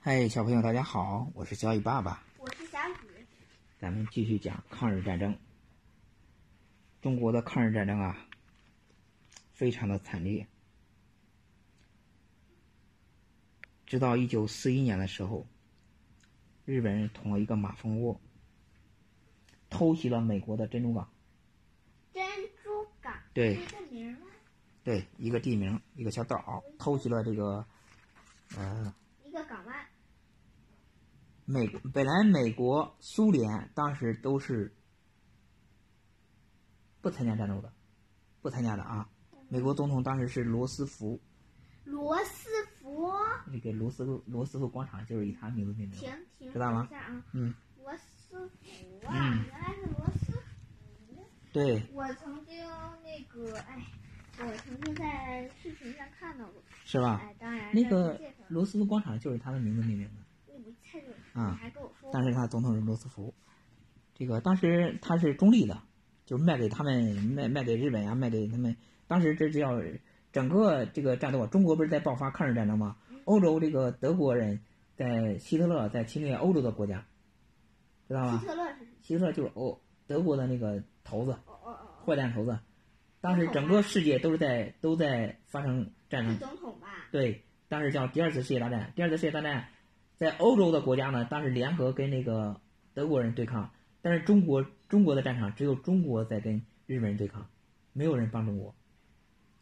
嗨，小朋友，大家好，我是小雨爸爸。我是小雨。咱们继续讲抗日战争。中国的抗日战争啊，非常的惨烈。直到一九四一年的时候，日本人捅了一个马蜂窝，偷袭了美国的珍珠港。珍珠港对是这个名儿吗？对，一个地名，一个小岛，偷袭了这个，呃，一个港湾，美国本来美国、苏联当时都是不参加战争的，不参加的啊。美国总统当时是罗斯福，罗斯福。那个罗斯罗斯福广场就是以他名字命名的。停停，知道吗等一下啊，嗯，罗斯福啊，嗯原来是罗斯福。对，我曾经那个，哎，我曾经在视频上看到过。是吧？哎，当然那个这个罗斯福广场就是以他的名字命名的。我不太懂，啊你还跟我说但是他总统是罗斯福，这个当时他是中立的，就是卖给他们卖卖给日本呀、卖给他们。当时这叫整个这个战斗啊，中国不是在爆发抗日战争吗？嗯欧洲这个德国人在希特勒在侵略欧洲的国家，知道希吗？特勒是什么？希特勒就是欧德国的那个头子，哦哦哦，坏蛋头子。当时整个世界都是在都在发生战争是，总统吧？对，当时叫第二次世界大战。第二次世界大战，在欧洲的国家呢，当时联合跟那个德国人对抗，但是中国中国的战场只有中国在跟日本人对抗，没有人帮中国。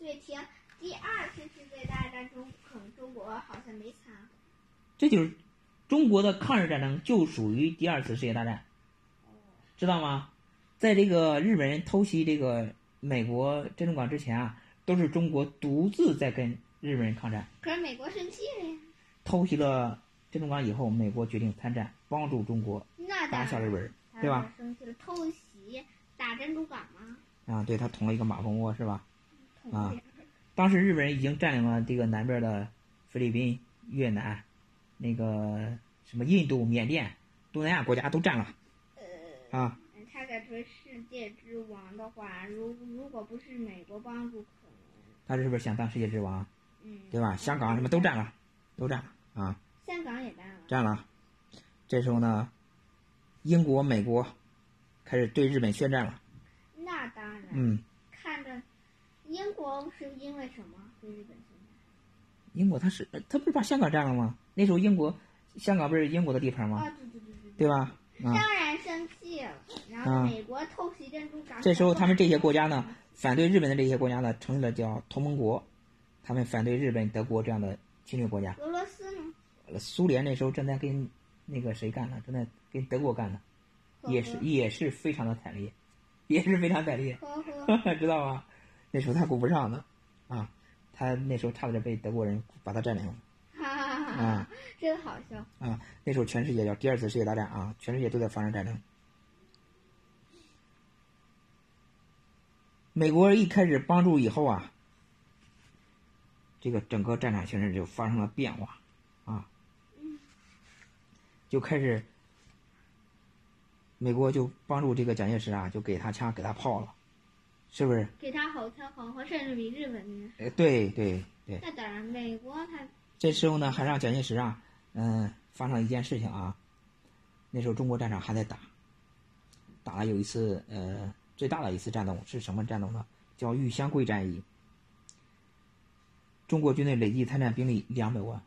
对，停。第二次世界大战中，可能中国好像没参加。这就是中国的抗日战争，就属于第二次世界大战，哦知道吗？在这个日本人偷袭这个美国珍珠港之前啊，都是中国独自在跟日本人抗战。可是美国生气了呀。偷袭了珍珠港以后，美国决定参战，帮助中国那当打然。小日本人。对吧？生气了，偷袭打珍珠港吗？啊，对他捅了一个马蜂窝是吧？捅啊不了当时日本人已经占领了这个南边的菲律宾、越南，那个什么印度、缅甸、东南亚国家都占了呃，啊。他改成世界之王的话，如如果不是美国帮助，可能他是不是想当世界之王，嗯，对吧？香港什么都占了，都占了啊，香港也占了，占了。这时候呢，英国、美国开始对日本宣战了。那当然。嗯，看着英国是因为什么对日本现在？英国他是他不是把香港占了吗？那时候英国香港不是英国的地盘吗？啊，对对对对对。对吧？啊。当然生气了，然后啊美国偷袭珍珠港。这时候，他们这些国家呢，反对日本的这些国家呢，成立了叫同盟国，他们反对日本、德国这样的侵略国家。俄罗斯呢？呃苏联那时候正在跟那个谁干呢？正在跟德国干呢，呵呵也是也是非常的惨烈，也是非常惨烈，呵呵， 知道吗？那时候他顾不上呢，啊，他那时候差点被德国人把他占领了。哈哈哈啊哈，真好笑。那时候全世界叫第二次世界大战啊，全世界都在发生战争。美国一开始帮助以后啊，这个整个战场形势就发生了变化，啊，就开始美国就帮助这个蒋介石啊，就给他枪给他炮了，是不是？给他好枪好炮，甚至比日本人。呃，对对对。那当然，美国他这时候呢，还让蒋介石啊，嗯、发生了一件事情啊。那时候中国战场还在打，打了有一次呃最大的一次战斗是什么战斗呢？叫豫湘桂战役。中国军队累计参战兵力两百万，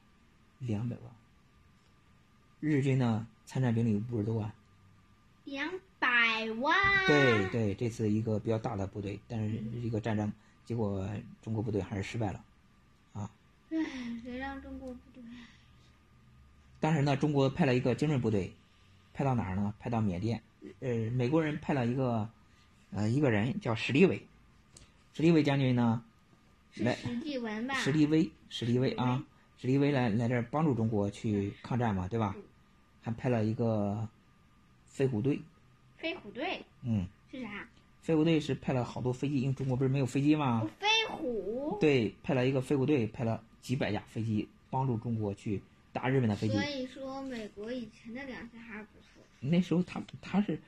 两百万。日军呢参战兵力五十多万。两百万。对对，这次一个比较大的部队，但是一个战争，结果中国部队还是失败了。唉，谁让中国不对？当时呢，中国派了一个精锐部队，派到哪儿呢？派到缅甸。呃，美国人派了一个，呃，一个人叫史迪伟，史迪伟将军呢，是来史啊嗯蒂文吧？史迪威，史迪威啊，史迪威来来这儿帮助中国去抗战嘛，对吧嗯？还派了一个飞虎队，飞虎队嗯，是啥？飞虎队是派了好多飞机，因为中国不是没有飞机吗哦，？飞虎。对，派了一个飞虎队，派了几百架飞机帮助中国去打日本的飞机所。以说，美国以前的两下还是不错。那时候他他是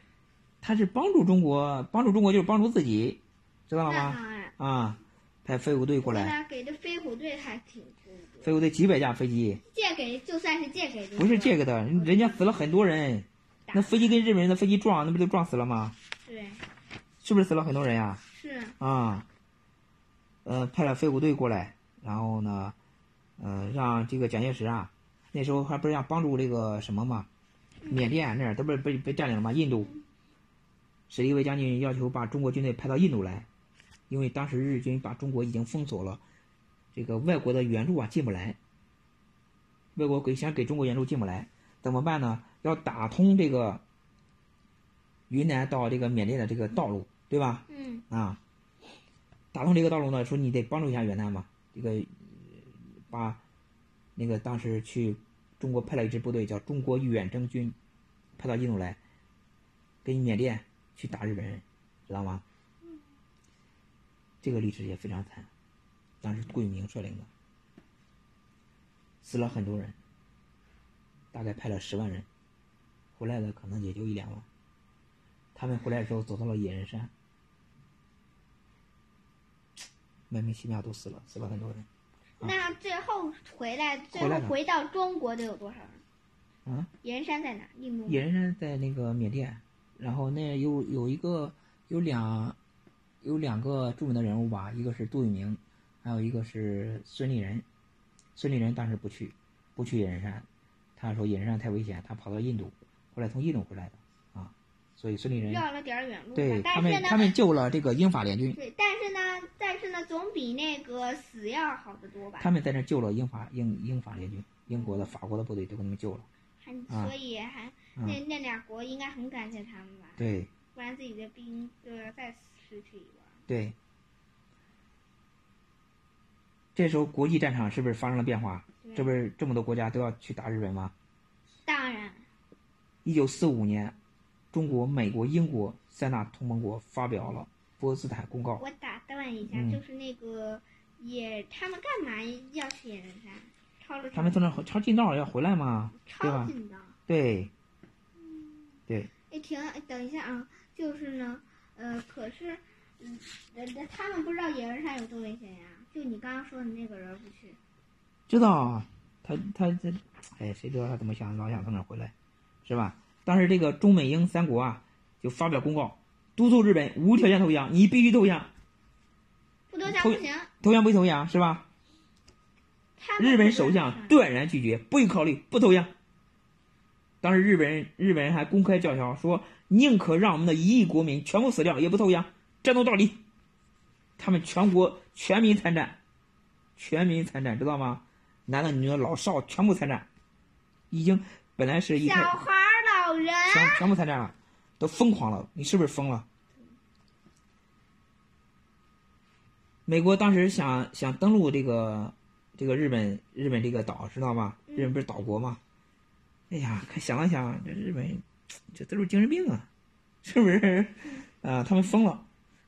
他是帮助中国，帮助中国就是帮助自己，知道那吗？当然，啊，派飞虎队过那来，他给这飞虎队还挺多的。飞过得几百架飞机，借给就算是借给，不是这个的，人人家死了很多人，嗯打那飞机跟日本人的飞机撞，那不就撞死了吗？对是不是死了很多人呀、是 啊？呃，派了飞虎队过来，然后呢，呃，让这个蒋介石啊，那时候还不是要帮助这个什么嘛，缅甸那儿都不是被被占领了吗？印度，史迪威将军要求把中国军队派到印度来，因为当时日军把中国已经封锁了，这个外国的援助啊进不来，外国给想给中国援助进不来，怎么办呢？要打通这个云南到这个缅甸的这个道路，对吧？嗯啊，打通这个道路呢，说你得帮助一下元旦嘛，这个呃把那个当时去中国派了一支部队叫中国远征军，派到印度来，跟缅甸去打日本人，知道吗？这个历史也非常惨，当时桂明率领的，死了很多人，大概派了十万人，回来的可能也就一两万。他们回来的时候走到了野人山，莫名其妙都死了，死了很多人。那最后回来，最啊回后来了回到中国的有多少人？嗯，盐山在哪？印度吗。野人山在那个缅甸，然后那有有一个有两有两个著名的人物吧，一个是杜聿明，还有一个是孙立人。孙立人当时不去，不去野人山，他说野人山太危险，他跑到印度，后来从印度回来的啊，所以孙立人绕了点儿远路吧，对他但是们呢，他们救了这个英法联军，对，但是呢，但是呢，总比那个死要好得多吧？他们在那救了英法英英法联军，英国的法国的部队都给他们救了。还啊嗯所以还、那那俩国应该很感谢他们吧？对，不然自己的兵就要再失去一半。对。这时候国际战场是不是发生了变化？对这不是这么多国家都要去打日本吗？当然，一九四五年，中国、美国、英国三大同盟国发表了波茨坦公告。嗯我打断一下，嗯就是那个也他们干嘛要去野人山？抄了他们从那抄近道要回来嘛，对超吧？紧张。对，对，哎，停，哎等一下啊，就是呢，呃，可是，嗯，呃他们不知道野人山有多危险呀、就你刚刚说的那个人不去，知道他他这，哎，谁知道他怎么想，老想从哪儿回来，是吧？当时这个中美英三国啊，就发表公告，督促日本无条件投降，你必须投降，不投降投不行。投降不投降是吧？他们日本不啊嗯首投相降断然拒绝，不予考虑，不投降。当时日本人日本人还公开叫嚣说，宁可让我们的一亿国民全部死掉，也不投降，战斗到底。他们全国全民参战，全民参战，知道吗？男的、女的、老少全部参战，已经本来是一小派孩儿、老人，全全部参战了，都疯狂了，你是不是疯了？美国当时想想登陆这个这个日本日本这个岛，知道吧？嗯日本不是岛国吗？哎呀，看想了想，这日本这都是精神病啊，是不是？ 啊，他们疯了，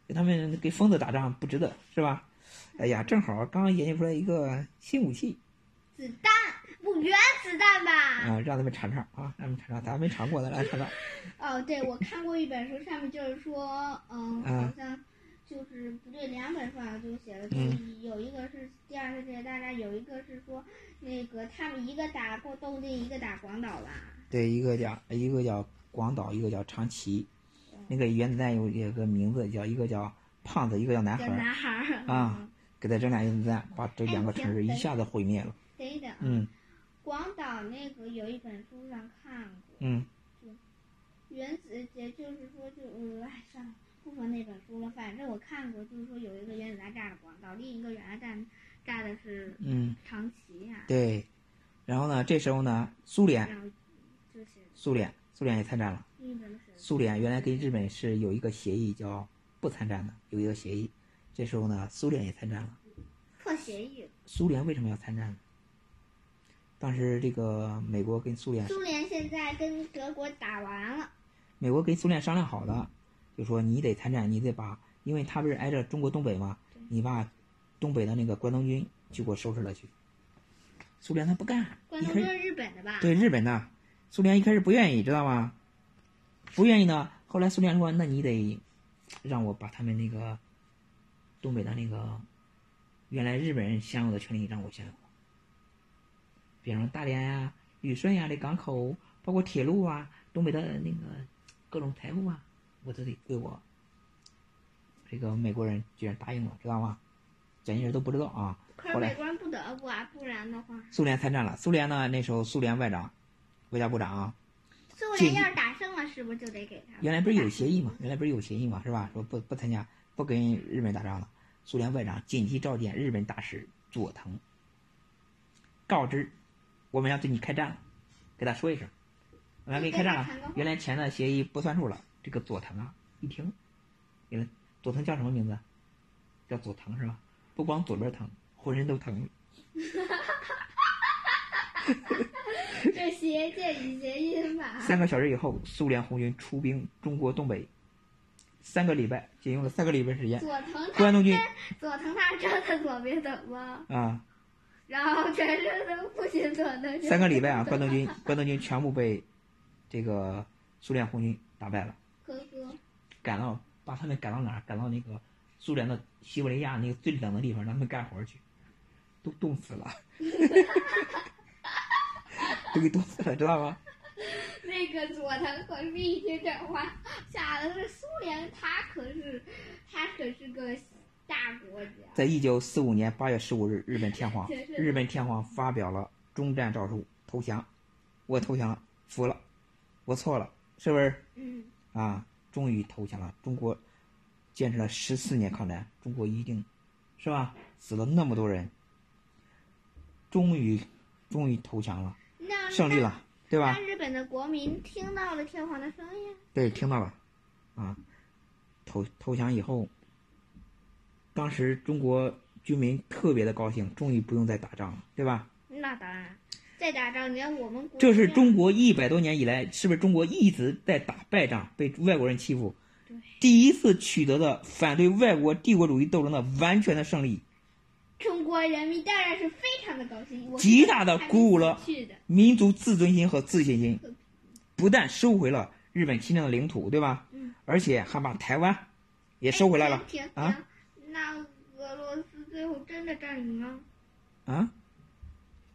给他们给疯子打仗不值得，是吧？哎呀，正好刚研究出来一个新武器子弹不原子弹吧？啊，让他们尝尝啊，让他们尝尝，咱没尝过的，来尝尝。哦，对，我看过一本书，上面就是说，嗯，嗯好像就是不对，两本书好像就写了，嗯就是有一个是第二次世界大战，有一个是说那个他们一个打过东京，一个打广岛吧？对，一个叫一个叫广岛，一个叫长崎嗯。那个原子弹有有个名字叫，一个叫胖子，一个叫男叫孩儿，男孩儿啊。嗯给他扔俩原子弹，把这两个哎城市一下子毁灭了。等一等，嗯广岛那个有一本书上看过，嗯，原子也就是说就呃，哎算了，不说那本书了，反正我看过，就是说有一个原子弹炸了广岛，另一个原子弹炸的是嗯，长崎呀、对。然后呢，这时候呢，苏联，然后就是苏联，苏联也参战了。日本的神苏联原来跟日本是有一个协议叫不参战的，有一个协议。这时候呢，苏联也参战了。破协议，苏联为什么要参战呢？当时这个美国跟苏联苏联现在跟德国打完了，美国跟苏联商量好的，就说你得参战，你得把，因为他不是挨着中国东北嘛，你把东北的那个关东军就给我收拾了去。苏联他不干，关一东开军始是日本的吧？对日本的，苏联一开始不愿意，知道吗？不愿意呢，后来苏联说，那你得让我把他们那个东北的那个原来日本人享有的权利让我享有，比方说大连呀、旅顺呀、这港口，包括铁路啊，东北的那个各种财富啊，我都得归我。这个美国人居然答应了，知道吗？蒋介石都不知道啊。可是后来美国人不得不啊，不然的话，苏联参战了，苏联呢那时候苏联外长、外交部长啊，苏建联议要是打胜了，是不是就得给他？原来不是有协议嘛，原来不是有协议嘛，是吧？说不不参加，不跟日本打仗了。苏联外长紧急召见日本大使佐藤，告知我们要对你开战了，给他说一声，我们要跟你开战了给他传个话。原来签的协议不算数了，这个佐藤啊，一听，原来佐藤叫什么名字？啊叫佐藤是吧？不光左边疼，浑身都疼。这邪见与谐 音吧。三个小时以后，苏联红军出兵中国东北，三个礼拜，仅用了三个礼拜时间。佐藤关东军佐藤他是真的左边等吗？啊，然后全是他父亲佐藤。三个礼拜啊，关东军关东军全部被这个苏联红军打败了，呵呵，赶到把他们赶到哪儿？赶到那个苏联的西伯利亚那个最冷的地方，让他们干活去，都冻死了，都给冻死了，知道吗？那个佐藤可是一听这话，吓得是苏联，他可是他可是个大国家。在一九四五年八月十五日，日本天皇解释日本天皇发表了终战诏书，投降，我投降了，服了，我错了，是不是嗯，啊？终于投降了，中国坚持了十四年抗战，中国一定是吧？死了那么多人，终于终于投降了，那胜利了，对那吧？那日本的国民听到了天皇的声音，对，听到了，啊，投投降以后，当时中国军民特别的高兴，终于不用再打仗了，对吧？那当然，再打仗，你看我们国这是家中国一百多年以来，是不是中国一直在打败仗，被外国人欺负对？第一次取得了反对外国帝国主义斗争的完全的胜利，中国人民当然是非常的高兴，我是极大地鼓舞了还没死去的。民族自尊心和自信心，不但收回了日本侵占的领土，对吧？嗯而且还把台湾也收回来了哎停停停啊那俄罗斯最后真的占领了？啊！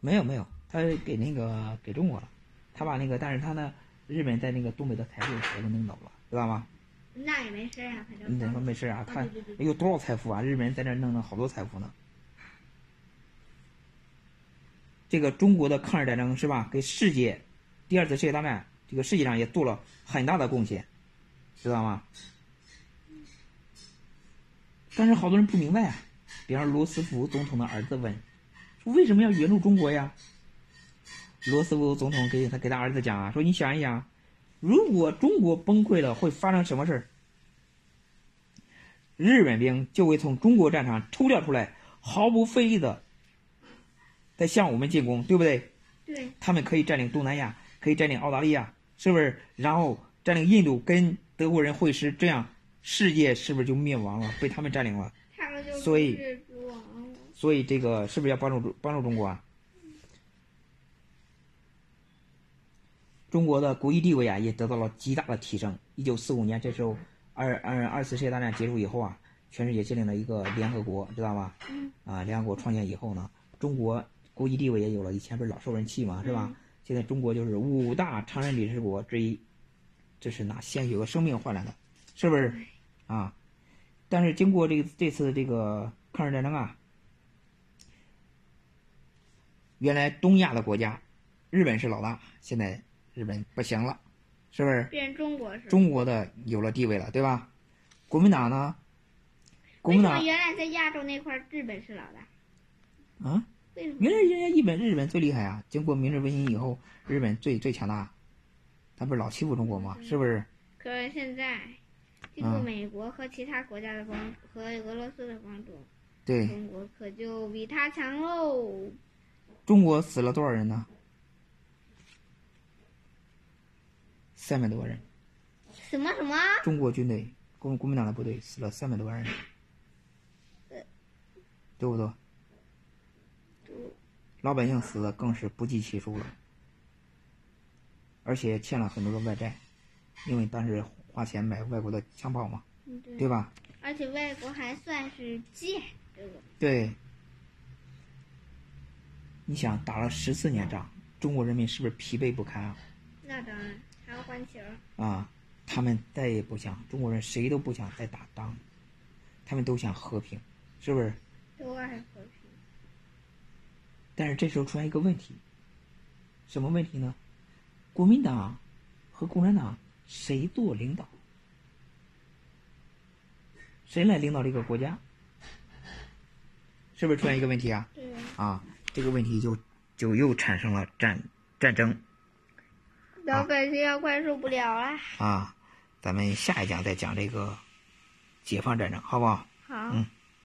没有没有，他给那个给中国了，他把那个，但是他呢，日本在那个东北的财富全部弄走了，知道吗？那也没事啊，反你正怎么刚没事啊？他啊对对对有多少财富啊？日本人在这儿弄了好多财富呢。这个中国的抗日战争是吧？给世界第二次世界大战这个世界上也做了很大的贡献，知道吗？但是好多人不明白啊，比方说罗斯福总统的儿子问：“说为什么要援助中国呀？”罗斯福总统给他给他儿子讲啊，说：“你想一想，如果中国崩溃了，会发生什么事儿？”日本兵就会从中国战场抽调出来，毫不费力的在向我们进攻，对不对？对，他们可以占领东南亚，可以占领澳大利亚，是不是？然后占领印度，跟德国人会师，这样世界是不是就灭亡了？被他们占领了？他们就所以是主王国所以这个是不是要帮助帮助中国啊？中国的国际地位啊也得到了极大的提升。一九四五年这时候，二二二次世界大战结束以后啊，全世界建立了一个联合国，知道吗？嗯。啊，联合国创建以后呢，中国国际地位也有了。以前不是老受人气嘛，是吧？嗯现在中国就是五大常任理事国之一，这是拿鲜血和生命换来的，是不是？嗯啊，但是经过这个这次这个抗日战争啊，原来东亚的国家，日本是老大，现在日本不行了，是不是？变中国是吧？中国的有了地位了，对吧？国民党呢？国为什民么党原来在亚洲那块儿日本是老大？啊，为什么原来人家日本日本最厉害啊！经过明治维新以后，日本最最强大，他不是老欺负中国嗯吗？是不是？可是现在，经过啊美国和其他国家的帮和俄罗斯的帮助，对，中国可就比他强喽。中国死了多少人呢？三百多人，什么什么？中国军队国国民党的部队死了三百多人，多不多？老百姓死的更是不计其数了，而且欠了很多的外债，因为当时花钱买外国的枪炮嘛，嗯，对。对吧？而且外国还算是借这个，对。你想打了十四年仗，中国人民是不是疲惫不堪啊？那当然，还要关球儿。啊，他们再也不想中国人谁都不想再打仗，他们都想和平，是不是？都爱和平。但是这时候出现一个问题，什么问题呢？国民党和共产党谁做领导？谁来领导这个国家？是不是出现一个问题啊？对呀，啊，这个问题就就又产生了战战争老百姓要快受不了啦。啊啊。咱们下一讲再讲这个解放战争，好不好？好。嗯